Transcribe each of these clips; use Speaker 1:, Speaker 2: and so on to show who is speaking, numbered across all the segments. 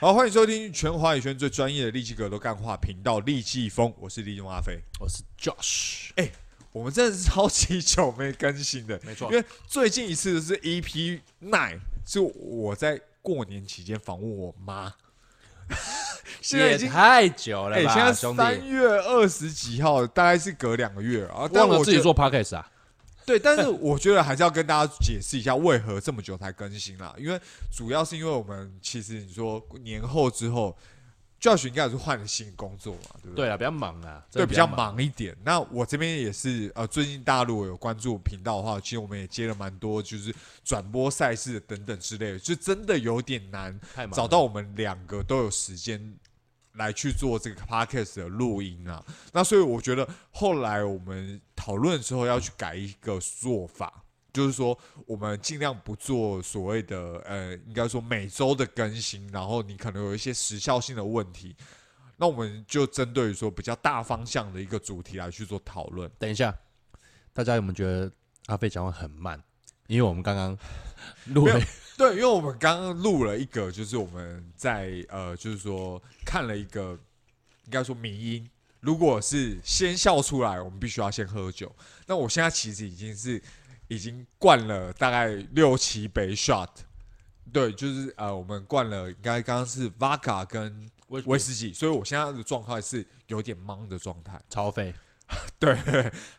Speaker 1: 好，欢迎收听全华语圈最专业的利记格斗干话频道《利记风》，我是利中阿飞。
Speaker 2: 我是 Josh，
Speaker 1: 哎我们真的是超级久没更新的，
Speaker 2: 没错
Speaker 1: 因为最近一次是 EP Nine，是我在过年期间访问我妈， 现在已
Speaker 2: 也
Speaker 1: 经
Speaker 2: 太久了
Speaker 1: 哎、
Speaker 2: 吧，
Speaker 1: 现在
Speaker 2: 兄
Speaker 1: 三
Speaker 2: 弟，
Speaker 1: 月二十几号，大概是隔两个月啊。但
Speaker 2: 忘了
Speaker 1: 我
Speaker 2: 自
Speaker 1: 觉
Speaker 2: 己
Speaker 1: 得
Speaker 2: 做 podcast 啊，
Speaker 1: 对，但是我觉得还是要跟大家解释一下为何这么久才更新啦，因为主要是因为我们其实你说年后之后，Josh 应该也是换了新工作嘛，对不
Speaker 2: 对啊，比较忙啊，真
Speaker 1: 对，
Speaker 2: 的
Speaker 1: 比较。忙一点。那我这边也是，呃，最近大陆有关注频道的话，其实我们也接了蛮多，就是转播赛事等等之类的，就真的有点难
Speaker 2: 太忙了
Speaker 1: 找到我们两个都有时间来去做这个 podcast 的录音啊。那所以我觉得后来我们讨论之后要去改一个做法。就是说，我们尽量不做所谓的呃，应该说每周的更新，然后你可能有一些时效性的问题，那我们就针对于说比较大方向的一个主题来去做讨论。
Speaker 2: 等一下，大家有没有觉得阿飞讲话很慢？因为我们刚刚录 了
Speaker 1: 没，对，因为我们刚刚录了一个，就是我们在呃，就是说看了一个，应该说迷音。如果是先笑出来，我们必须要先喝酒。那我现在其实已经是已经灌了大概六七杯 shot，对，就是呃，我们灌了应该刚刚是 vodka 跟
Speaker 2: 威
Speaker 1: 威士忌，所以我现在的状态是有点懵的状态。
Speaker 2: 超飞，
Speaker 1: 对，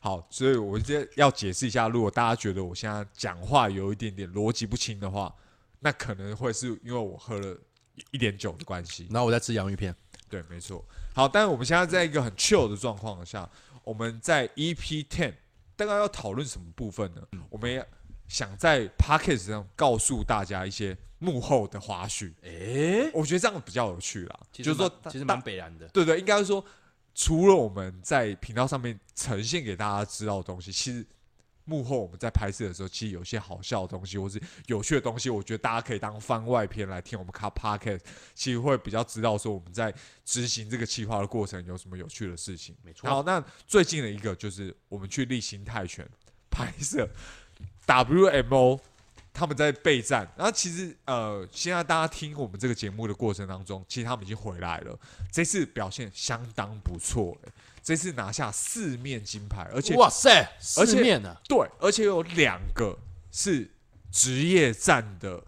Speaker 1: 好，所以我今天要解释一下，如果大家觉得我现在讲话有一点点逻辑不清的话，那可能会是因为我喝了一一点酒的关系。
Speaker 2: 然后我在吃洋芋片，
Speaker 1: 对，没错。好，但是我们现在在一个很 chill 的状况下，我们在 EP Ten 大概要讨论什么部分呢？我们也想在 p o c k e t 上告诉大家一些幕后的花絮，
Speaker 2: 诶，
Speaker 1: 我觉得这样比较有趣啦。就是说，
Speaker 2: 其实
Speaker 1: 大
Speaker 2: 蛮北然的，
Speaker 1: 对对，应该是说，除了我们在频道上面呈现给大家知道的东西，其实幕后我们在拍摄的时候，其实有一些好笑的东西，或是有趣的东西，我觉得大家可以当番外篇来听我们卡 podcast，其实会比较知道说我们在执行这个计划的过程有什么有趣的事情。
Speaker 2: 没错
Speaker 1: 好，那最近的一个就是我们去立新泰拳拍摄 WMO。他们在备战，然后其实呃，现在大家听我们这个节目的过程当中，其实他们已经回来了，这次表现相当不错、欸，这次拿下四面金牌，而且
Speaker 2: 哇塞，
Speaker 1: 而
Speaker 2: 而
Speaker 1: 且
Speaker 2: 且面啊呢，
Speaker 1: 对，而且有两个是职业战的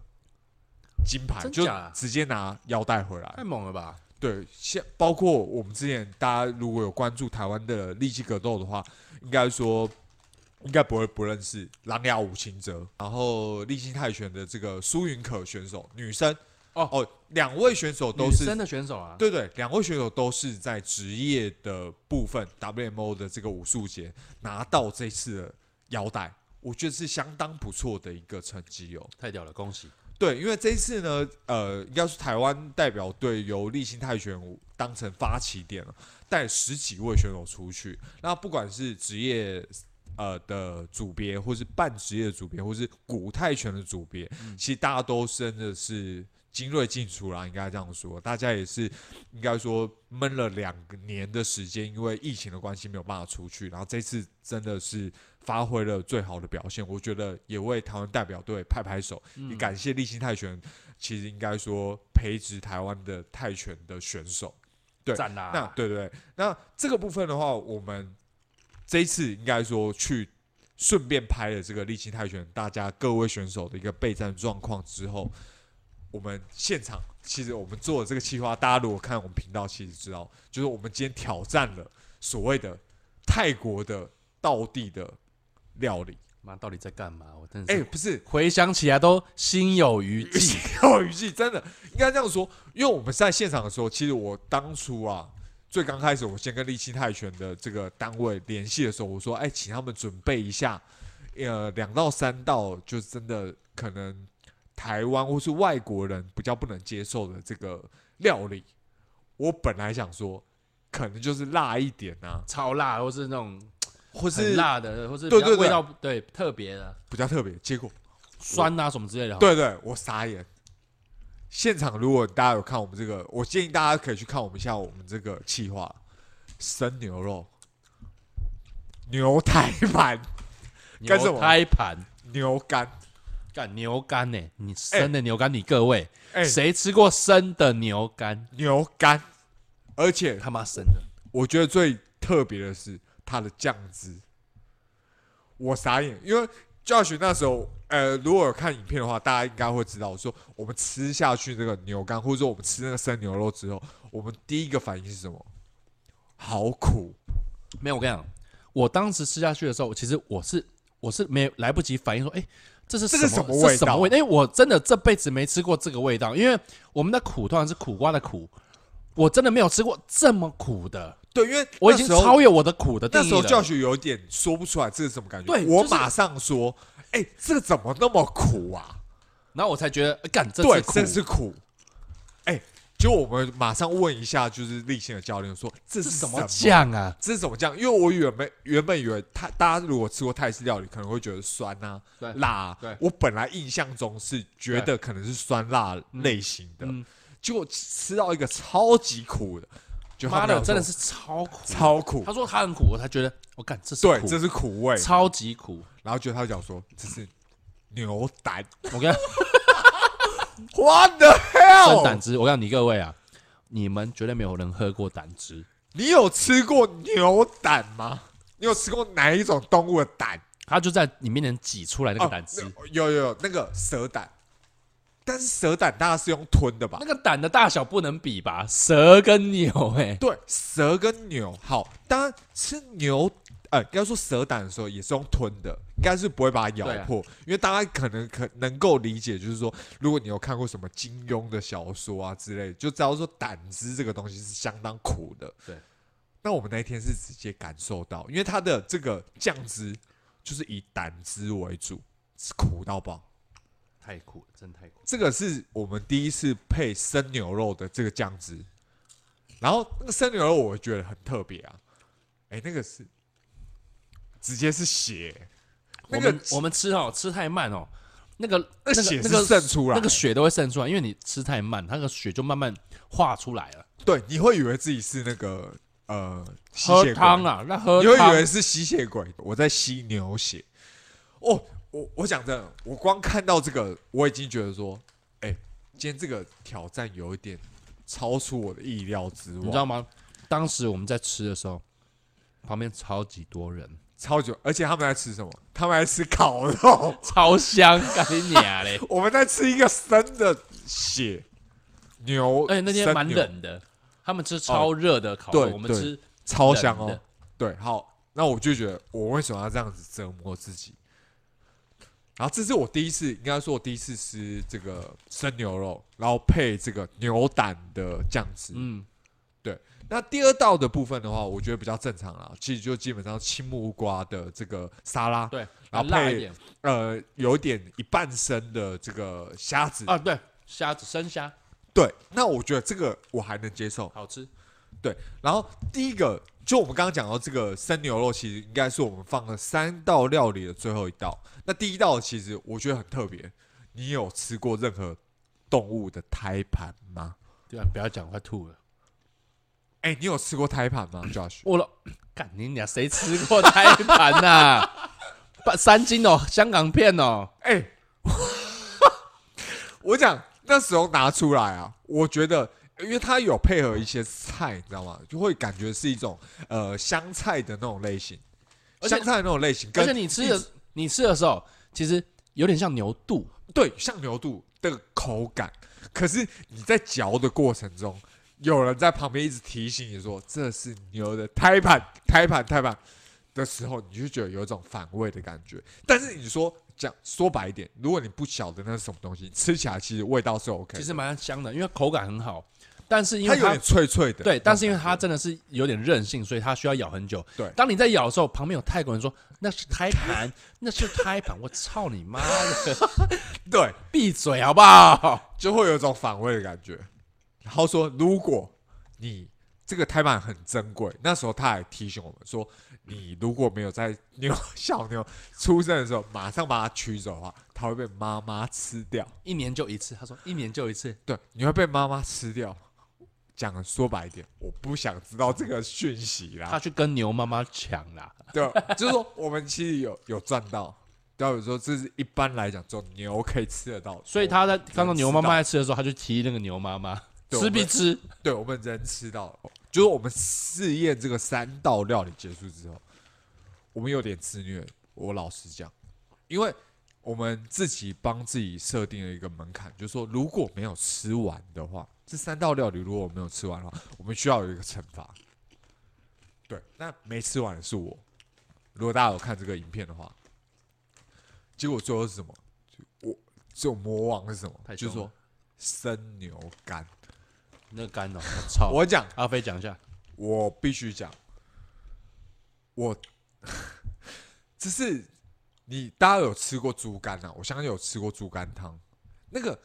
Speaker 1: 金牌，
Speaker 2: 真
Speaker 1: 就
Speaker 2: 假啊
Speaker 1: 直接拿腰带回来
Speaker 2: 太。猛了吧？
Speaker 1: 对，像包括我们之前大家如果有关注台湾的力气格斗的话，应该说应该不会不认识琅琊五清哲，然后立新泰拳的这个苏云可选手，女生
Speaker 2: 哦
Speaker 1: 哦，两位选手都
Speaker 2: 女
Speaker 1: 是
Speaker 2: 生的选手啊，
Speaker 1: 对对，两位选手都是在职业的部分 WMO 的这个武术节拿到这次的腰带，我觉得是相当不错的一个成绩哦。
Speaker 2: 太屌了，恭喜！
Speaker 1: 对，因为这一次呢，呃，应该是台湾代表队由立新泰拳当成发起点了，带十几位选手出去。那不管是职业呃的组别，或是半职业的组别，或是古泰拳的组别，其实大家都真的是精锐尽出啦，应该这样说。大家也是应该说闷了两年的时间，因为疫情的关系没有办法出去，然后这次真的是发挥了最好的表现，我觉得也为台湾代表队拍拍手。也感谢立新泰拳，其实应该说培植台湾的泰拳的选手。对
Speaker 2: 赞啦！
Speaker 1: 那对对对，那这个部分的话，我们这一次应该说去顺便拍了这个立新泰拳，大家各位选手的一个备战状况之后，我们现场其实我们做的这个计划，大家如果看我们频道，其实知道，就是我们今天挑战了所谓的泰国的道地的料理。
Speaker 2: 妈到底在干嘛？我真的
Speaker 1: 哎、
Speaker 2: 是
Speaker 1: 不是，
Speaker 2: 回想起来都心有余悸。
Speaker 1: 钓鱼记真的应该这样说，因为我们在现场的时候，其实我当初啊，最刚开始我先跟立青泰拳的这个单位联系的时候，我说，哎，请他们准备一下，呃，两到三道，就是真的可能台湾或是外国人比较不能接受的这个料理。我本来想说，可能就是辣一点啊，
Speaker 2: 超辣，或是那种
Speaker 1: 或
Speaker 2: 很
Speaker 1: 是
Speaker 2: 辣的，或是
Speaker 1: 对
Speaker 2: 比较
Speaker 1: 对对
Speaker 2: 味道对特别的
Speaker 1: 比较特别。结果
Speaker 2: 酸啊什么之类的。，
Speaker 1: 对对，我傻眼。现场如果大家有看我们这个，我建议大家可以去看我们一下我们这个企划，生牛肉、 牛胎盘、干什么
Speaker 2: 牛胎盘
Speaker 1: 牛肝，
Speaker 2: 干牛肝呢、你生的牛肝，你各位
Speaker 1: 哎、
Speaker 2: 谁、吃过生的牛肝？
Speaker 1: 牛肝，而且
Speaker 2: 他妈生的，
Speaker 1: 我觉得最特别的是它的酱汁，我傻眼，因为 Josh 那时候，呃，如果有看影片的话，大家应该会知道，说我们吃下去这个牛肝，或者说我们吃那个生牛肉之后，我们第一个反应是什么？好苦，
Speaker 2: 没有，我跟你讲，我当时吃下去的时候，其实我是我是没有来不及反应说，哎、这是
Speaker 1: 这
Speaker 2: 么
Speaker 1: 是
Speaker 2: 这
Speaker 1: 什么味道
Speaker 2: 是什么味？因为我真的这辈子没吃过这个味道，因为我们的苦通常是苦瓜的苦，我真的没有吃过这么苦的，
Speaker 1: 对，因为
Speaker 2: 我已
Speaker 1: 那
Speaker 2: 经
Speaker 1: 时候
Speaker 2: 超越我的苦的定
Speaker 1: 那
Speaker 2: 义
Speaker 1: 时候
Speaker 2: 了
Speaker 1: Josh 有点说不出来这是什么感觉，
Speaker 2: 对
Speaker 1: 我
Speaker 2: 就是
Speaker 1: 马上说，哎、这个怎么那么苦啊？
Speaker 2: 然后我才觉得，呃干、这
Speaker 1: 对
Speaker 2: 是，苦，
Speaker 1: 真是苦。哎、就我们马上问一下，就是立信的教练说这
Speaker 2: 这
Speaker 1: 是
Speaker 2: 是
Speaker 1: 什
Speaker 2: 什么？酱啊？
Speaker 1: 这是什么酱？因为我原本原本以为他大家如果吃过泰式料理，可能会觉得酸啊、
Speaker 2: 对
Speaker 1: 辣啊。
Speaker 2: 对
Speaker 1: 我本来印象中是觉得可能是酸辣类型的，
Speaker 2: 嗯
Speaker 1: 结果吃到一个超级苦的，就他
Speaker 2: 妈
Speaker 1: 们
Speaker 2: 的，
Speaker 1: 俩
Speaker 2: 真的
Speaker 1: 说
Speaker 2: 是超苦，
Speaker 1: 超苦
Speaker 2: 他。说他很苦，我才觉得，我、干这是
Speaker 1: 对，
Speaker 2: 苦，
Speaker 1: 这是苦味。
Speaker 2: 超级苦。
Speaker 1: 然后就他就讲说这是牛胆
Speaker 2: 我 跟你讲，
Speaker 1: ，What the
Speaker 2: 生胆
Speaker 1: hell？
Speaker 2: 汁，我告诉你各位啊，你们绝对没有人喝过胆汁。
Speaker 1: 你有吃过牛胆吗？你有吃过哪一种动物的胆？
Speaker 2: 他就在你面前挤出来那个胆汁，
Speaker 1: 哦那有有有那个蛇胆，但是蛇胆大家是用吞的吧
Speaker 2: 那？个胆的大小不能比吧？蛇跟牛、哎，
Speaker 1: 对，蛇跟牛好，当然吃牛，呃，要说蛇胆的时候也是用吞的，应该是不会把它咬
Speaker 2: 对啊
Speaker 1: 破，因为大家可能可能够理解，就是说，如果你有看过什么金庸的小说啊之类，就知道说胆汁这个东西是相当苦的。
Speaker 2: 对，
Speaker 1: 那我们那一天是直接感受到，因为它的这个酱汁就是以胆汁为主，是苦到爆。
Speaker 2: 太苦了，真太苦了。
Speaker 1: 这个是我们第一次配生牛肉的这个酱汁，然后那个生牛肉我觉得很特别啊，哎，那个是直接是血，那
Speaker 2: 我
Speaker 1: 个
Speaker 2: 们我们吃哦，吃太慢哦，那个
Speaker 1: 那
Speaker 2: 那个
Speaker 1: 血
Speaker 2: 那
Speaker 1: 是
Speaker 2: 个
Speaker 1: 渗出来，
Speaker 2: 那个血都会渗出来，因为你吃太慢，那个血就慢慢化出来了。
Speaker 1: 对，你会以为自己是那个呃吸
Speaker 2: 喝
Speaker 1: 血鬼，
Speaker 2: 汤啊，那喝
Speaker 1: 你会以
Speaker 2: 汤
Speaker 1: 为是吸血鬼，我在吸牛血。哦，我我讲真的，我光看到这个我已经觉得说，哎，今天这个挑战有一点超出我的意料之
Speaker 2: 你知
Speaker 1: 外
Speaker 2: 道。吗？当时我们在吃的时候，旁边超级多人，
Speaker 1: 超久，而且他们在吃什么？他们在吃烤 肉，
Speaker 2: 超香，干你娘嘞！
Speaker 1: 我们在吃一个生的血牛，
Speaker 2: 哎而且那天
Speaker 1: 生
Speaker 2: 蛮
Speaker 1: 牛，
Speaker 2: 冷的，他们吃超热的烤
Speaker 1: 哦
Speaker 2: 肉，
Speaker 1: 对
Speaker 2: 我们吃
Speaker 1: 超香
Speaker 2: 冷
Speaker 1: 哦
Speaker 2: 的。
Speaker 1: 对，好，那我就觉得我为什么要这样子折磨自己？然后这是我第一次，应该说我第一次吃这个生牛肉，然后配这个牛胆的酱汁。
Speaker 2: 嗯
Speaker 1: 那第二道的部分的话，我觉得比较正常啦，其实就基本上青木瓜的这个沙拉，
Speaker 2: 对，
Speaker 1: 然后
Speaker 2: 辣
Speaker 1: 配
Speaker 2: 一点
Speaker 1: 呃，有点一半生的这个虾子
Speaker 2: 啊，对，虾子生虾
Speaker 1: 对，那我觉得这个我还能接受。
Speaker 2: 好吃，
Speaker 1: 然后第一个，就我们刚刚讲到这个生牛肉，其实应该是我们放了三道料理的最后一道。那第一道其实我觉得很特别，你有吃过任何动物的胎盘吗？
Speaker 2: 对啊，不要讲，快吐了。
Speaker 1: 哎、你有吃过胎盘吗，Josh？
Speaker 2: 我了，干你娘，谁吃过胎盘呐、 把三斤哦，香港片哦，
Speaker 1: 哎、 我讲那时候拿出来啊，我觉得。因为它有配合一些菜，你知道吗？就会感觉是一种呃香菜的那种类型，
Speaker 2: 而且
Speaker 1: 香菜的那种类型，
Speaker 2: 而
Speaker 1: 跟
Speaker 2: 且你吃的你吃的时候，其实有点像牛肚，
Speaker 1: 对，像牛肚的口感。可是你在嚼的过程中，有人在旁边一直提醒你说这是牛的胎盘，胎盘，胎盘的时候，你就觉得有一种反胃的感觉。但是你说讲说白一点，如果你不晓得那是什么东西，吃起来其实味道是 OK，
Speaker 2: 其
Speaker 1: 的
Speaker 2: 实蛮香的，因为口感很好。但是因
Speaker 1: 它
Speaker 2: 为
Speaker 1: 有
Speaker 2: 它
Speaker 1: 点脆脆的。嗯
Speaker 2: 对，但是因为它真的是有点韧性，所以它需要咬很久。
Speaker 1: 对
Speaker 2: 当你在咬的时候，旁边有泰国人说那是 胎盘，那是胎盘，我操你妈的，
Speaker 1: 对，
Speaker 2: 闭嘴好不好？
Speaker 1: 就会有一种反胃的感觉。然后说，如果你这个胎盘很珍贵，那时候他还提醒我们说，你如果没有在牛小牛出生的时候马上把它取走的话，它会被妈妈吃掉。
Speaker 2: 一年就一次，他说一年就一次，
Speaker 1: 对，你会被妈妈吃掉。讲得说白一点，我不想知道这个讯息
Speaker 2: 他
Speaker 1: 啦。哦
Speaker 2: 去跟牛妈妈抢啦。
Speaker 1: 对，就是说我们其实有有赚到，要有时候这是一般来讲，只有牛可以吃得到，
Speaker 2: 所以他在看到牛妈妈
Speaker 1: 人
Speaker 2: 在吃的时候，他就提那个牛妈妈
Speaker 1: 对
Speaker 2: 吃必吃。
Speaker 1: 对我们人吃到，就是我们试验这个三道料理结束之后，我们有点自虐。我老实讲，因为我们自己帮自己设定了一个门槛，就是说如果没有吃完的话，这三道料理如果没有吃完的话，我们需要有一个惩罚。对，那没吃完的是我。如果大家有看这个影片的话，结果最后是什么？就我这种魔王是什么？
Speaker 2: 太
Speaker 1: 就是
Speaker 2: 凶
Speaker 1: 说
Speaker 2: 了
Speaker 1: 生牛肝。
Speaker 2: 那个干哦，我操！
Speaker 1: 我讲
Speaker 2: 阿飞讲一下，
Speaker 1: 我必须讲，我只是你大家有吃过猪肝啊？我相信有吃过猪肝汤，那个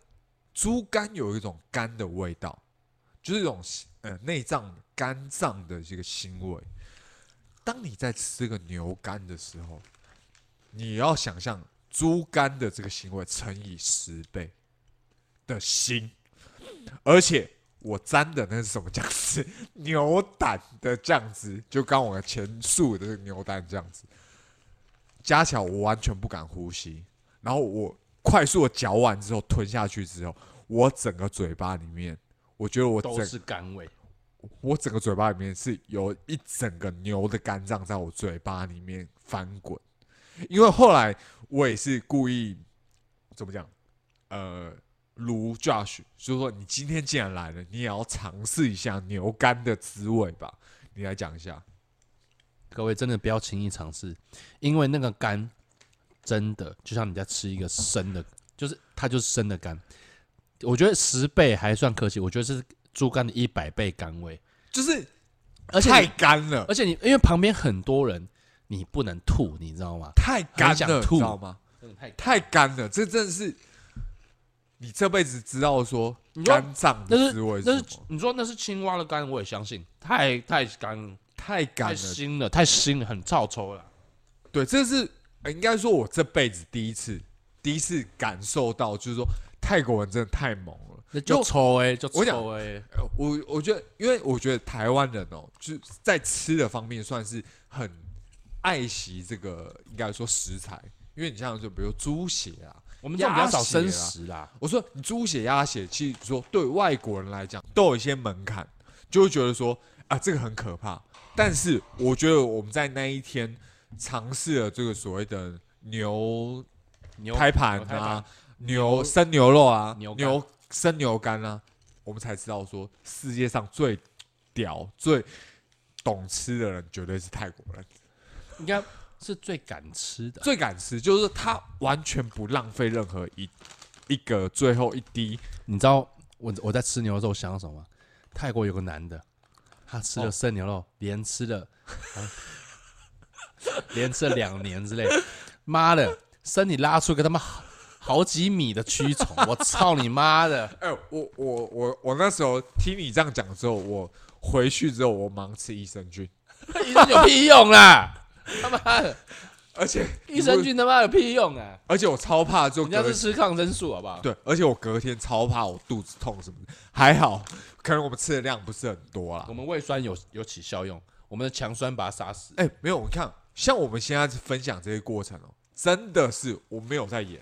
Speaker 1: 猪肝有一种肝的味道，就是一种呃内脏肝脏的这个腥味。当你在吃这个牛肝的时候，你要想象猪肝的这个腥味乘以十倍的腥，而且我沾的那是什么酱汁？牛胆的酱汁，就刚我前述的这个牛胆酱汁，加起来我完全不敢呼吸，然后我快速的嚼完之后吞下去之后，我整个嘴巴里面，我觉得我整
Speaker 2: 都是干味，
Speaker 1: 我整个嘴巴里面是有一整个牛的肝脏在我嘴巴里面翻滚，因为后来我也是故意怎么讲，呃，如 Josh，就是说你今天既然来了，你也要尝试一下牛肝的滋味吧。你来讲一下，
Speaker 2: 各位真的不要轻易尝试，因为那个肝真的就像你在吃一个生的，就是它就是生的肝。我觉得十倍还算客气，我觉得是猪肝的一百倍甘味，
Speaker 1: 就是
Speaker 2: 而且
Speaker 1: 太
Speaker 2: 你
Speaker 1: 干了，
Speaker 2: 而且你因为旁边很多人，你不能吐，你知道吗？
Speaker 1: 太干
Speaker 2: 很想
Speaker 1: 了，你
Speaker 2: 吐
Speaker 1: 知道吗？
Speaker 2: 真的太
Speaker 1: 太干了，这真的是你这辈子知道说
Speaker 2: 你说
Speaker 1: 肝脏
Speaker 2: 那
Speaker 1: 的
Speaker 2: 是
Speaker 1: 滋味
Speaker 2: 那
Speaker 1: 是
Speaker 2: 是
Speaker 1: 什么？
Speaker 2: 你说那是青蛙的肝，我也相信，太太干
Speaker 1: 太干
Speaker 2: 太
Speaker 1: 了，
Speaker 2: 腥了，太腥了，很臭臭了。
Speaker 1: 对，这是呃应该说我这辈子第一次，第一次感受到，就是说泰国人真的太猛了。
Speaker 2: 那就臭哎、就
Speaker 1: 我讲
Speaker 2: 臭哎、
Speaker 1: 呃我我觉得，因为我觉得台湾人哦，就是在吃的方面算是很爱惜这个，应该说食材。因为你像就比如猪血啊，
Speaker 2: 我们这种比较
Speaker 1: 鸭
Speaker 2: 少
Speaker 1: 血啦
Speaker 2: 生食啦，
Speaker 1: 我说你猪血、鸭血，其实说对外国人来讲都有一些门槛，就会觉得说啊，这个很可怕。但是我觉得我们在那一天尝试了这个所谓的牛
Speaker 2: 牛
Speaker 1: 胎盘
Speaker 2: 牛胎
Speaker 1: 啊
Speaker 2: 盘、
Speaker 1: 牛生牛肉啊、
Speaker 2: 牛肝
Speaker 1: 牛生牛肝啊，我们才知道说世界上最屌、最懂吃的人绝对是泰国人，
Speaker 2: 应该是最敢吃的。
Speaker 1: 最敢吃，就是他完全不浪费任何一一个最后一滴
Speaker 2: 你知道我我在吃牛肉的时候想到什么吗？泰国有个男的，他吃了
Speaker 1: 哦
Speaker 2: 生牛肉，连吃了， 连吃了两年之类，妈的，身体拉出个他妈好好几米的蛆虫，我操你妈 的！
Speaker 1: 哎、我我我我那时候听你这样讲之后，我回去之后我忙吃益生菌，
Speaker 2: 益生菌有屁用啦！他妈的，
Speaker 1: 而且
Speaker 2: 益生，菌他妈有屁用啊！
Speaker 1: 而且我超怕就
Speaker 2: 人家
Speaker 1: 隔
Speaker 2: 是吃抗生素好不好？
Speaker 1: 对，而且我隔天超怕我肚子痛什么的，还好，可能我们吃的量不是很多啦
Speaker 2: 我。们胃酸有有起效用，我们的强酸把它杀死。
Speaker 1: 哎、没有，你看，像我们现在分享这些过程哦，真的是我没有在演。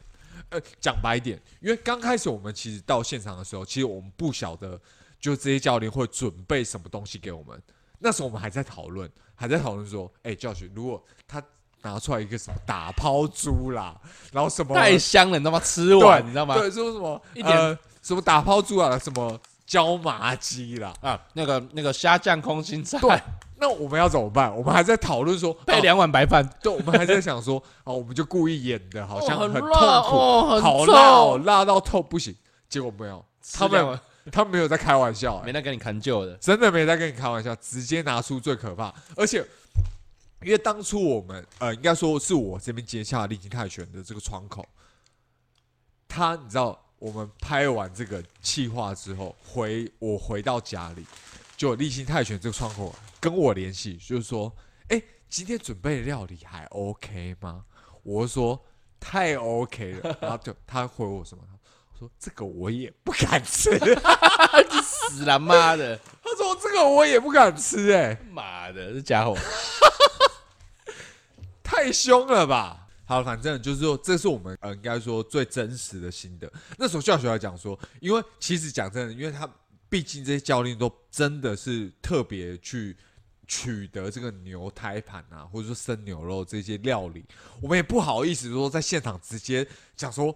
Speaker 1: 呃，讲白一点，因为刚开始我们其实到现场的时候，其实我们不晓得，就这些教练会准备什么东西给我们。那时候我们还在讨论，还在讨论说，哎、教学，如果他拿出来一个什么打抛猪啦，然后什么
Speaker 2: 太香了，你他妈吃
Speaker 1: 对，
Speaker 2: 完，你知道吗？
Speaker 1: 对，说什么
Speaker 2: 一点
Speaker 1: 呃什么打抛猪啊，什么椒麻鸡啦。
Speaker 2: 啊，那个那个虾酱空心菜，
Speaker 1: 对，那我们要怎么办？我们还在讨论说，
Speaker 2: 配
Speaker 1: 哦
Speaker 2: 两碗白饭，
Speaker 1: 对，我们还在想说，哦，我们就故意演的，好像
Speaker 2: 哦很
Speaker 1: 痛苦，
Speaker 2: 辣哦很
Speaker 1: 好
Speaker 2: 臭
Speaker 1: 辣、哦，辣到透不行。结果没有，
Speaker 2: 吃
Speaker 1: 他
Speaker 2: 两
Speaker 1: 们
Speaker 2: 碗
Speaker 1: 他们没有在开玩笑、
Speaker 2: 没
Speaker 1: 哎
Speaker 2: 那跟你砍旧的，
Speaker 1: 真的没在跟你开玩笑，直接拿出最可怕，而且。因为当初我们呃，应该说是我这边接下立金泰拳的这个窗口，他你知道，我们拍完这个气划之后，回我回到家里，就立新泰拳这个窗口跟我联系，就是说，哎，今天准备的料理还 OK 吗？我就说太 OK 了，然后就他回我什么？他说这个我也不敢吃，
Speaker 2: 死了妈的，
Speaker 1: 他说这个我也不敢吃、哎，
Speaker 2: 妈的，这家伙
Speaker 1: 太凶了吧？好，反正就是说，这是我们呃，应该说最真实的心得。那时候教学来讲说，因为其实讲真的，因为他毕竟这些教练都真的是特别去取得这个牛胎盘啊，或者说生牛肉这些料理，我们也不好意思说在现场直接讲说，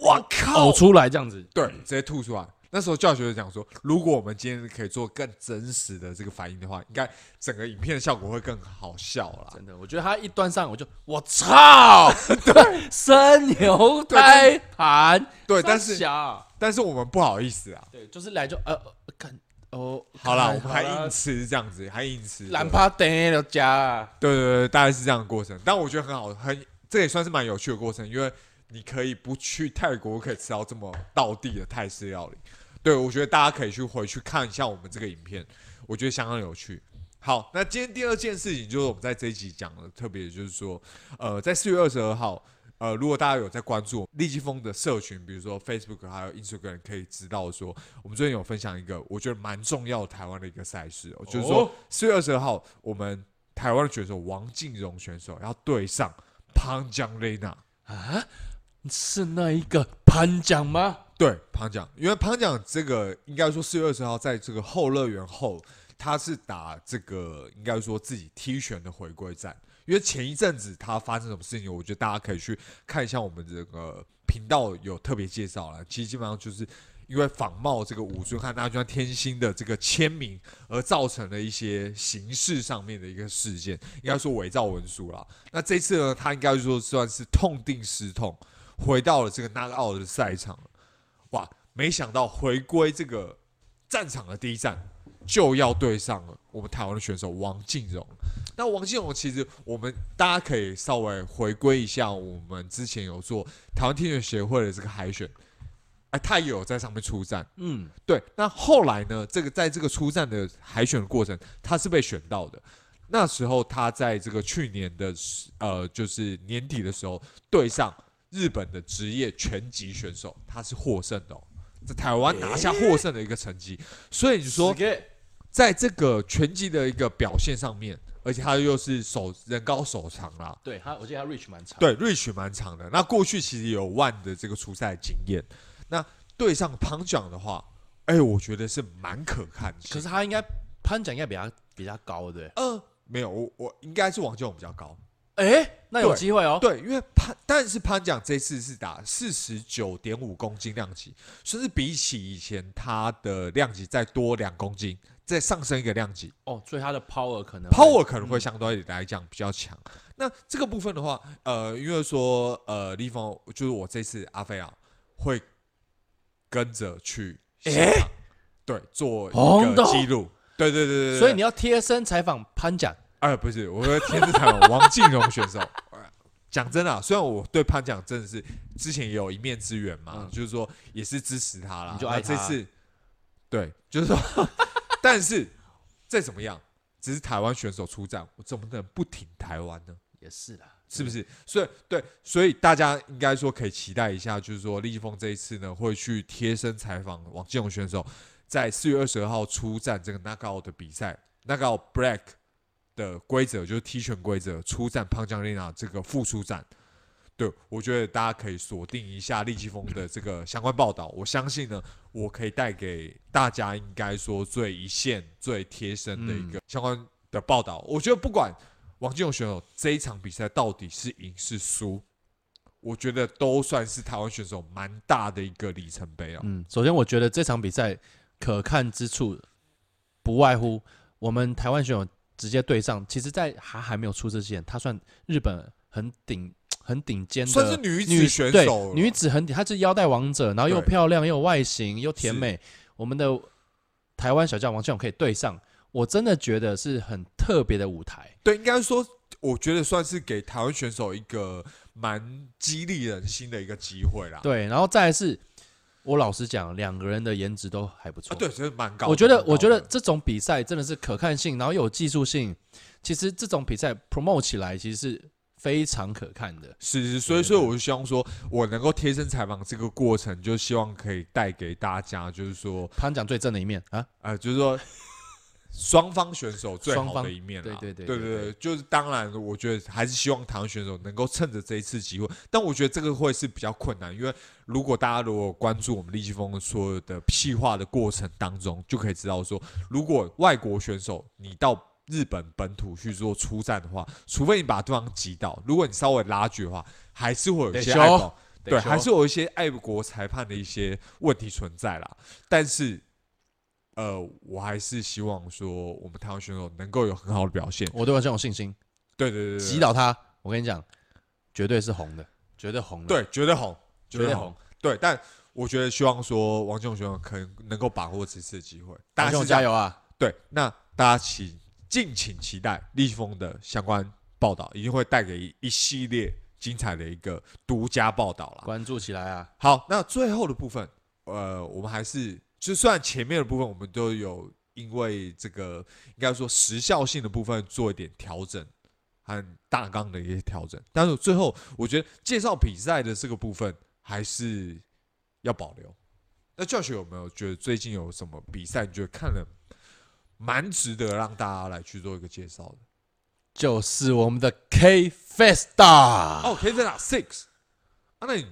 Speaker 1: 哇靠
Speaker 2: 呕，出来这样子，
Speaker 1: 对，直接吐出来。那时候教学就讲说，如果我们今天可以做更真实的这个反应的话，应该整个影片的效果会更好笑啦。
Speaker 2: 真的，我觉得他一端上我就我操，对，生 牛胎盘，
Speaker 1: 对，但
Speaker 2: 三
Speaker 1: 是
Speaker 2: 小
Speaker 1: 但是我们不好意思啊。
Speaker 2: 对，就是来就呃呃看哦，
Speaker 1: 好啦，
Speaker 2: 看
Speaker 1: 我们还
Speaker 2: 好啦
Speaker 1: 硬吃这样子，还硬吃。
Speaker 2: 懒
Speaker 1: 对
Speaker 2: 趴等了家，
Speaker 1: 对对对，大概是这样的过程。但我觉得很好，很这也算是蛮有趣的过程，因为你可以不去泰国，可以吃到这么道地的泰式料理。对，我觉得大家可以去回去看一下我们这个影片，我觉得相当有趣。好，那今天第二件事情就是我们在这一集讲的，特别就是说，呃，在四月二十二号，呃，如果大家有在关注利基风的社群，比如说 Facebook 还有 Instagram，可以知道说，我们最近有分享一个我觉得蛮重要的台湾的一个赛事、哦，就是说
Speaker 2: 哦
Speaker 1: 四月二十二号，我们台湾的选手王靖荣选手要对上潘江雷娜。
Speaker 2: 是那一个颁奖吗？
Speaker 1: 对，潘奖，因为潘奖这个应该说四月二十号在这个后乐园后，他是打这个应该说自己踢拳的回归战。因为前一阵子他发生什么事情，我觉得大家可以去看一下我们这个频道有特别介绍了。其实基本上就是因为仿冒这个吴尊和那川天心的这个签名，而造成了一些形式上面的一个事件，应该说伪造文书啦。那这次呢，他应该说算是痛定思痛，回到了这个纳奥的赛场了。哇，没想到回归这个战场的第一站就要对上了我们台湾的选手王靖荣。那王靖荣其实我们大家可以稍微回归一下，我们之前有做台湾天选协会的这个海选，哎，他也有在上面出战。
Speaker 2: 嗯，
Speaker 1: 对，那后来呢？这个在这个出战的海选过程，他是被选到的。那时候他在这个去年的时呃，就是年底的时候，对上日本的职业拳击选手，他是获胜的、哦，在台湾拿下获胜的一个成绩。所以你说
Speaker 2: 十，个
Speaker 1: 在这个拳击的一个表现上面，而且他又是手人高手长啦，
Speaker 2: 对他，我记得他 reach 蛮长，
Speaker 1: 对，reach 蛮长的。那过去其实也有万的这个出赛经验，那对上庞奖的话，哎、我觉得是蛮可看的。
Speaker 2: 可是他应该颁奖应该比他比他高对不
Speaker 1: 呃，没有，我我应该是王建勇比较高。
Speaker 2: 对，哎，那有
Speaker 1: 对
Speaker 2: 机会哦，
Speaker 1: 对，因为潘，但是潘奖这次是打四十九点五公斤量级，甚至比起以前他的量级再多两公斤，再上升一个量级。
Speaker 2: 哦，所以他的嗯 power 可能
Speaker 1: power 可能会相对来讲比较强。那这个部分的话，呃，因为说呃，立峰就是我这次阿菲啊会跟着去现场，对，做一
Speaker 2: 红
Speaker 1: 个
Speaker 2: 豆
Speaker 1: 记录。对对对对对，
Speaker 2: 所以你要贴身采访颁奖，
Speaker 1: 哎、不是，我说天之台湾王靖荣选手。呃讲真的、啊，虽然我对潘奖真的是之前也有一面之缘嘛，
Speaker 2: 嗯
Speaker 1: 就是说也是支持他啦。
Speaker 2: 你就
Speaker 1: 那
Speaker 2: 爱
Speaker 1: 这
Speaker 2: 他
Speaker 1: 次，对，就是说， 但是再怎么样，只是台湾选手出战，我怎么能不挺台湾呢？
Speaker 2: 也是啦，
Speaker 1: 是不是？所以对，所以大家应该说可以期待一下，就是说李易峰这一次呢会去贴身采访王建勇选手，在四月二十二号出战这个 Knockout 的比赛，Knockout Black 的规则就是踢拳规则，出战胖江丽娜这个复出战。对，我觉得大家可以锁定一下利基峰的这个相关报道。我相信呢，我可以带给大家应该说最一线、最贴身的一个相关的报道。我觉得不管王金勇选手这一场比赛到底是赢是输，我觉得都算是台湾选手蛮大的一个里程碑啊。
Speaker 2: 嗯，首先我觉得这场比赛可看之处不外乎我们台湾选手直接对上，其实，在他还没有出之前，他算日本很顶很顶尖的，
Speaker 1: 算是女子选
Speaker 2: 对
Speaker 1: 手了
Speaker 2: 女子很顶，她是腰带王者，然后又
Speaker 1: 对
Speaker 2: 漂亮又有外形又甜美，我们的台湾小将王俊勇可以对上，我真的觉得是很特别的舞台。
Speaker 1: 对，应该说，我觉得算是给台湾选手一个蛮激励人心的一个机会啦。
Speaker 2: 对，然后再来是，我老实讲，两个人的颜值都还不错。
Speaker 1: 啊，对，其实蛮高的。
Speaker 2: 我觉
Speaker 1: 蛮
Speaker 2: 得，
Speaker 1: 高的
Speaker 2: 我觉得这种比赛真的是可看性，然后有技术性。其实这种比赛 promote 起来，其实是非常可看的。
Speaker 1: 是是，所以所以我就希望说，我能够贴身采访这个过程，就希望可以带给大家，就是说，
Speaker 2: 颁奖最正的一面啊，
Speaker 1: 呃，就是说，双方选手最
Speaker 2: 双
Speaker 1: 好
Speaker 2: 方
Speaker 1: 的一面啦。
Speaker 2: 对对
Speaker 1: 对
Speaker 2: 对对对
Speaker 1: 就是当然，我觉得还是希望台湾选手能够趁着这一次机会，但我觉得这个会是比较困难，因为如果大家如果关注我们立基峰所有的屁话的过程当中，就可以知道说，如果外国选手你到日本本土去做出战的话，除非你把对方击倒，如果你稍微拉锯的话，还是会有一些
Speaker 2: 得
Speaker 1: 爱
Speaker 2: 修
Speaker 1: 国
Speaker 2: 得
Speaker 1: 对，
Speaker 2: 修
Speaker 1: 还是有一些爱国裁判的一些问题存在啦。但是，呃，我还是希望说我们台湾选手能够有很好的表现。
Speaker 2: 我对我这种信心，
Speaker 1: 对对对对，
Speaker 2: 击倒他，我跟你讲，绝对是红的，绝对红的，，
Speaker 1: 对，绝对红，
Speaker 2: 绝对红。。
Speaker 1: 对，但我觉得希望说王俊雄选手可能能够把握这次机会，大
Speaker 2: 大
Speaker 1: 家
Speaker 2: 雄
Speaker 1: 是这样
Speaker 2: 加！油啊！
Speaker 1: 对，那大家请敬请期待立峰的相关报道，一定会带给一系列精彩的一个独家报道啦。
Speaker 2: 关注起来啊！
Speaker 1: 好，那最后的部分，呃，我们还是就算前面的部分我们都有因为这个应该说时效性的部分做一点调整和大纲的一些调整，但是最后我觉得介绍比赛的这个部分还是要保留。那 Josh 有没有觉得最近有什么比赛你觉得看了蛮值得让大家来去做一个介绍的？
Speaker 2: 就是我们的 K Festa，
Speaker 1: 哦，可以再打 six 啊？那你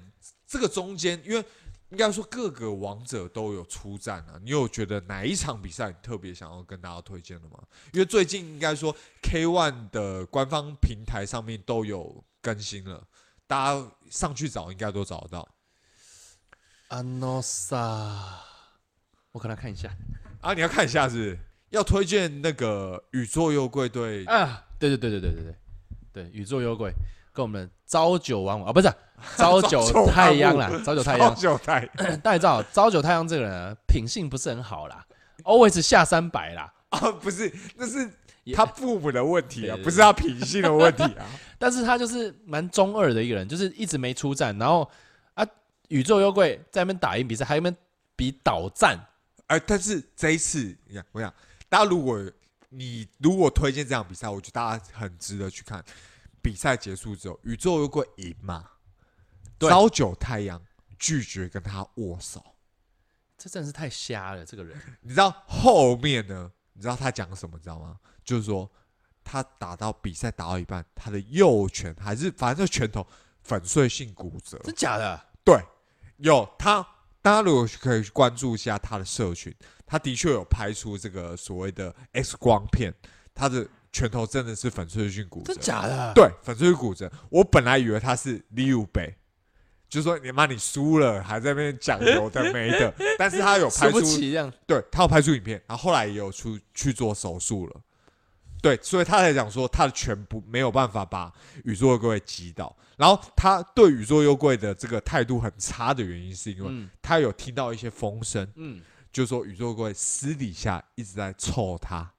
Speaker 1: 这个中间，因为应该说各个王者都有出战啊，你有觉得哪一场比赛你特别想要跟大家推荐的吗？因为最近应该说 K One 的官方平台上面都有更新了，大家上去找应该都找得到。
Speaker 2: 安诺萨，我可能看一下
Speaker 1: 啊，你要看一下是不是要推荐那个宇宙右贵队
Speaker 2: 啊，对对对对对对对对，宇宙有鬼跟我们的朝九晚五啊，不是朝九太阳啦，朝九太阳，
Speaker 1: 九太
Speaker 2: 大家知道朝九太阳这个人啊品性不是很好啦，always 下三百啦，
Speaker 1: 啊，不是，那是
Speaker 2: 也
Speaker 1: 他父母的问题啊，
Speaker 2: 对对
Speaker 1: 不是他品性的问题啊。
Speaker 2: 但是他就是蛮中二的一个人，就是一直没出战，然后啊，宇宙幽贵在那边打赢比赛，还有那边比倒战，
Speaker 1: 哎，但是这一次，你看，我想大家如果你如果推荐这场比赛，我觉得大家很值得去看。比赛结束之后，宇宙如果赢嘛，
Speaker 2: 对
Speaker 1: 朝九太阳拒绝跟他握手，
Speaker 2: 这真的是太瞎了，这个人
Speaker 1: 你知道后面呢？你知道他讲什么？你知道吗？就是说他打到比赛打到一半，他的右拳还是反正就拳头粉碎性骨折，
Speaker 2: 真假的？
Speaker 1: 对，有他，大家如果可以去关注一下他的社群，他的确有拍出这个所谓的 X 光片，他的拳头真的是粉碎性骨折
Speaker 2: 真，假的？
Speaker 1: 对，粉碎性骨折。我本来以为他是六倍，就说你妈你输了，还在那边讲有的没的， 但是他有
Speaker 2: 输
Speaker 1: 拍
Speaker 2: 不
Speaker 1: 出，
Speaker 2: 起这样，
Speaker 1: 对他有拍出影片，然后后来也有出去做手术了。对，所以他才讲说他的全部没有办法把宇宙优贵击倒，然后他对宇宙优贵的这个态度很差的原因，是因为
Speaker 2: 嗯
Speaker 1: 他有听到一些风声，
Speaker 2: 嗯，
Speaker 1: 就是说宇宙优贵私底下一直在臭他，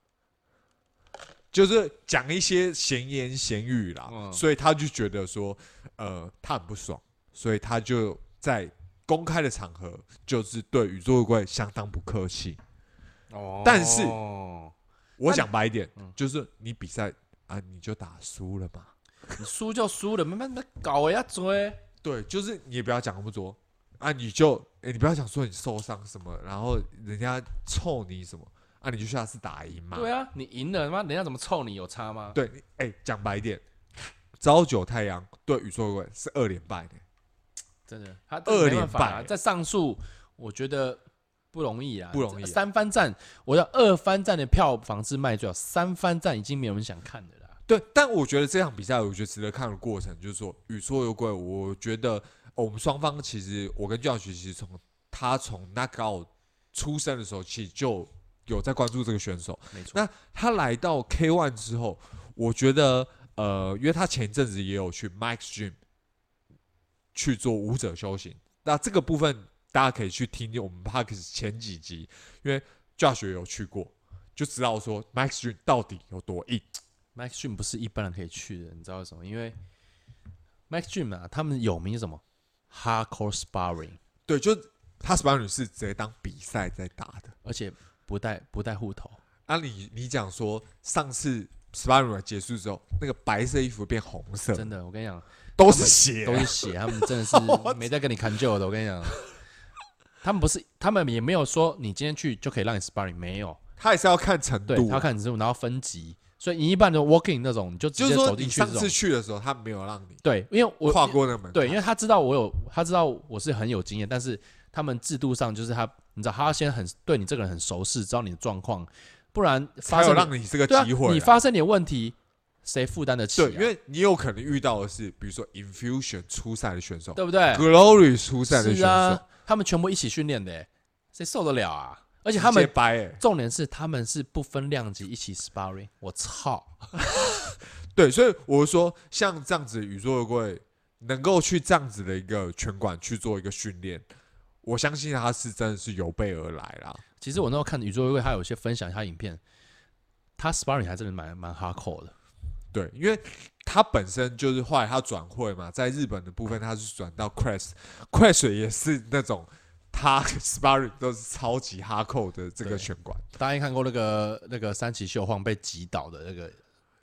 Speaker 1: 就是讲一些闲言闲语啦，
Speaker 2: 嗯
Speaker 1: 所以他就觉得说，呃，他很不爽，所以他就在公开的场合就是对宇宙优贵相当不客气。
Speaker 2: 哦
Speaker 1: 但是我讲白一点
Speaker 2: 嗯，
Speaker 1: 就是你比赛啊，你就打输了嘛。
Speaker 2: 你输就输了，慢慢的搞呀追，
Speaker 1: 对，就是你也不要讲那么多啊，你就、诶你不要讲说你受伤什么，然后人家臭你什么啊，你就下次打赢嘛。
Speaker 2: 对啊，你赢了，他妈人家怎么臭你有差吗？
Speaker 1: 对，哎、讲白一点，朝九太阳对宇宙棍是二连败的，
Speaker 2: 真的，他
Speaker 1: 二
Speaker 2: 二
Speaker 1: 连
Speaker 2: 连
Speaker 1: 败
Speaker 2: 败啊在上述，我觉得不容易啊，
Speaker 1: 不容易啊
Speaker 2: 三番战，我要二番战的票房是卖最好，三番战已经没有人想看的啦。
Speaker 1: 对，但我觉得这场比赛，我觉得值得看的过程就是说，宇宙有鬼，我觉得、呃我们双方其实，我跟 Josh 其实从他从 Knockout 出生的时候起就有在关注这个选手。
Speaker 2: 没错，
Speaker 1: 那他来到 K One 之后，我觉得呃，因为他前一阵子也有去 Mike's Gym 去做舞者修行，那这个部分大家可以去听我们 Parks 前几集，因为 Josh 也有去过，就知道说 Mike's Gym 到底有多硬。
Speaker 2: Max Dream 不是一般人可以去的，你知道为什么？因为 Max Dream 啊，他们有名是什么？Hardcore Sparring，
Speaker 1: 对，就他 s p a n 是直接当比赛在打的。
Speaker 2: 而且不带不带护头，
Speaker 1: 啊你，你讲说上次 s p a n 结束之后，那个白色衣服变红色，
Speaker 2: 真的，我跟你讲，
Speaker 1: 都是血
Speaker 2: 都。是血，他们真的是 没在跟你砍旧的。我跟你讲，他们不是，他们也没有说你今天去就可以让你 sparring，没有，
Speaker 1: 他也是要看程
Speaker 2: 对，
Speaker 1: 度
Speaker 2: 他。看你是，然后分级，所以你一般的 walking 那种，你就直
Speaker 1: 就是
Speaker 2: 接
Speaker 1: 说，
Speaker 2: 走进
Speaker 1: 你
Speaker 2: 去这
Speaker 1: 上
Speaker 2: 种
Speaker 1: 次。去的时候，他没有让你
Speaker 2: 对，因为我
Speaker 1: 跨过那个门槛，
Speaker 2: 对，因为他知道我有，他知道我是很有经验，但是他们制度上就是他，你知道，他要先很对你这个人很熟识，知道你的状况，不然发
Speaker 1: 才有
Speaker 2: 生
Speaker 1: 让你这个
Speaker 2: 对啊
Speaker 1: 机会啊。
Speaker 2: 你发生点问题，谁负担得起、啊？
Speaker 1: 对，因为你有可能遇到的是，比如说 Infusion 初赛的选手
Speaker 2: 对不对？
Speaker 1: ，Glory 初赛的选
Speaker 2: 是
Speaker 1: 手，
Speaker 2: 啊，他们全部一起训练的欸，谁受得了啊？而且
Speaker 1: 而
Speaker 2: 他们
Speaker 1: 掰欸，
Speaker 2: 重点是他们是不分量级一起 sparring，我操！
Speaker 1: 对，所以我说像这样子宇宙的贵能够去这样子的一个拳馆去做一个训练，我相信他是真的是有备而来啦。
Speaker 2: 其实我那时候看宇宙微微，他有一些分享他影片，他 sparring 还真的蛮蛮 hardcore 的。
Speaker 1: 对，因为他本身就是后来他转会嘛，在日本的部分他是转到 Crash，Crash 也是那种他 sparring 都是超级哈扣的这个
Speaker 2: 对
Speaker 1: 拳馆。
Speaker 2: 大家应该看过那个那个三崎秀晃被击倒的那个，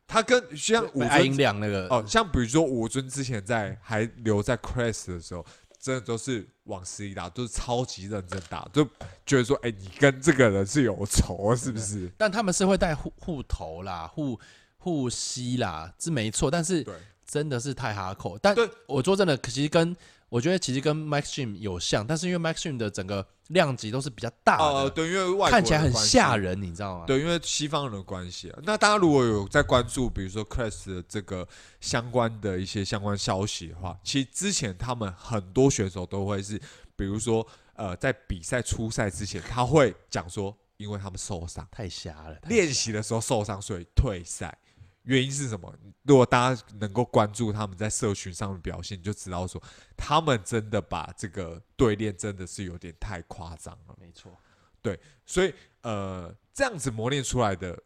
Speaker 1: 他跟像武
Speaker 2: 被艾
Speaker 1: 尊
Speaker 2: 英亮那个
Speaker 1: 哦，像比如说吴尊之前在还留在 Crest 的时候，真的都是往死里打，都是超级认真打，就觉得说，哎、你跟这个人是有仇是不是？
Speaker 2: 但他们是会带护护头啦、护护膝啦，是没错。但是
Speaker 1: 对
Speaker 2: 真的是太哈扣。但
Speaker 1: 对
Speaker 2: 我说真的，其实跟我觉得其实跟 Max Jim 有像，但是因为 Max Jim 的整个量级都是比较大的，
Speaker 1: 呃，对，因为外国
Speaker 2: 看起来
Speaker 1: 人
Speaker 2: 很
Speaker 1: 的关系
Speaker 2: 吓。人，你知道吗？
Speaker 1: 对，因为西方人的关系啊，那大家如果有在关注，比如说 Crest 的这个相关的一些相关消息的话，其实之前他们很多选手都会是，比如说呃，在比赛初赛之前，他会讲说，因为他们受伤。
Speaker 2: 太瞎了，太
Speaker 1: 练习的时候受伤，所以退赛。原因是什么？如果大家能够关注他们在社群上的表现，你就知道说他们真的把这个对练真的是有点太夸张了。
Speaker 2: 没错。
Speaker 1: 所以呃，这样子磨练出来的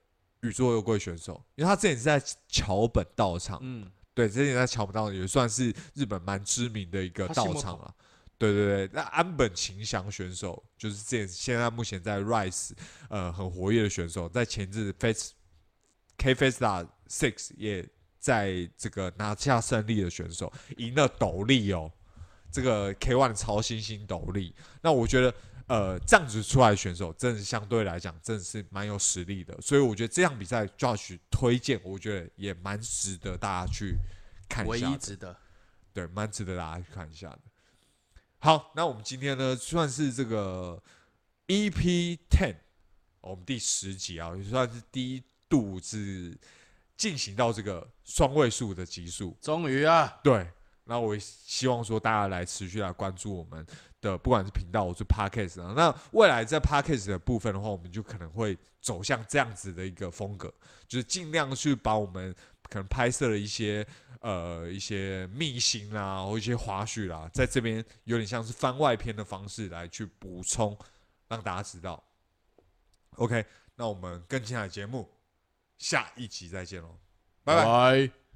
Speaker 1: 宇宙有贵选手，因为他之前是在桥本道场，
Speaker 2: 嗯，
Speaker 1: 对，之前在桥本道场也算是日本蛮知名的一个道场了。对对对，那安本晴翔选手就是之前现在目前在 Rise 呃很活跃的选手，在前日 Face K Face a Six 也在这个拿下胜利的选手，赢了斗笠哦，这个 K One 超新星斗笠。那我觉得呃这样子出来的选手，真的相对来讲真的是蛮有实力的，所以我觉得这场比赛 Josh 推荐，我觉得也蛮值得大家去看一
Speaker 2: 唯
Speaker 1: 下
Speaker 2: 一
Speaker 1: 的
Speaker 2: 值得。
Speaker 1: 对，蛮值得大家去看一下的。好，那我们今天呢，算是这个 EP Ten，我哦们第十集啊，也算是第一度是进行到这个双位数的集数。
Speaker 2: 终于啊，
Speaker 1: 对，那我也希望说大家来持续来关注我们的，不管是频道或是 podcast 啊。那未来在 podcast 的部分的话，我们就可能会走向这样子的一个风格，就是尽量去把我们可能拍摄的一些呃一些秘辛啦，或一些花絮啦，在这边有点像是番外篇的方式来去补充，让大家知道。OK，那我们更精彩的节目，下一集再见喽，拜拜。
Speaker 2: 拜。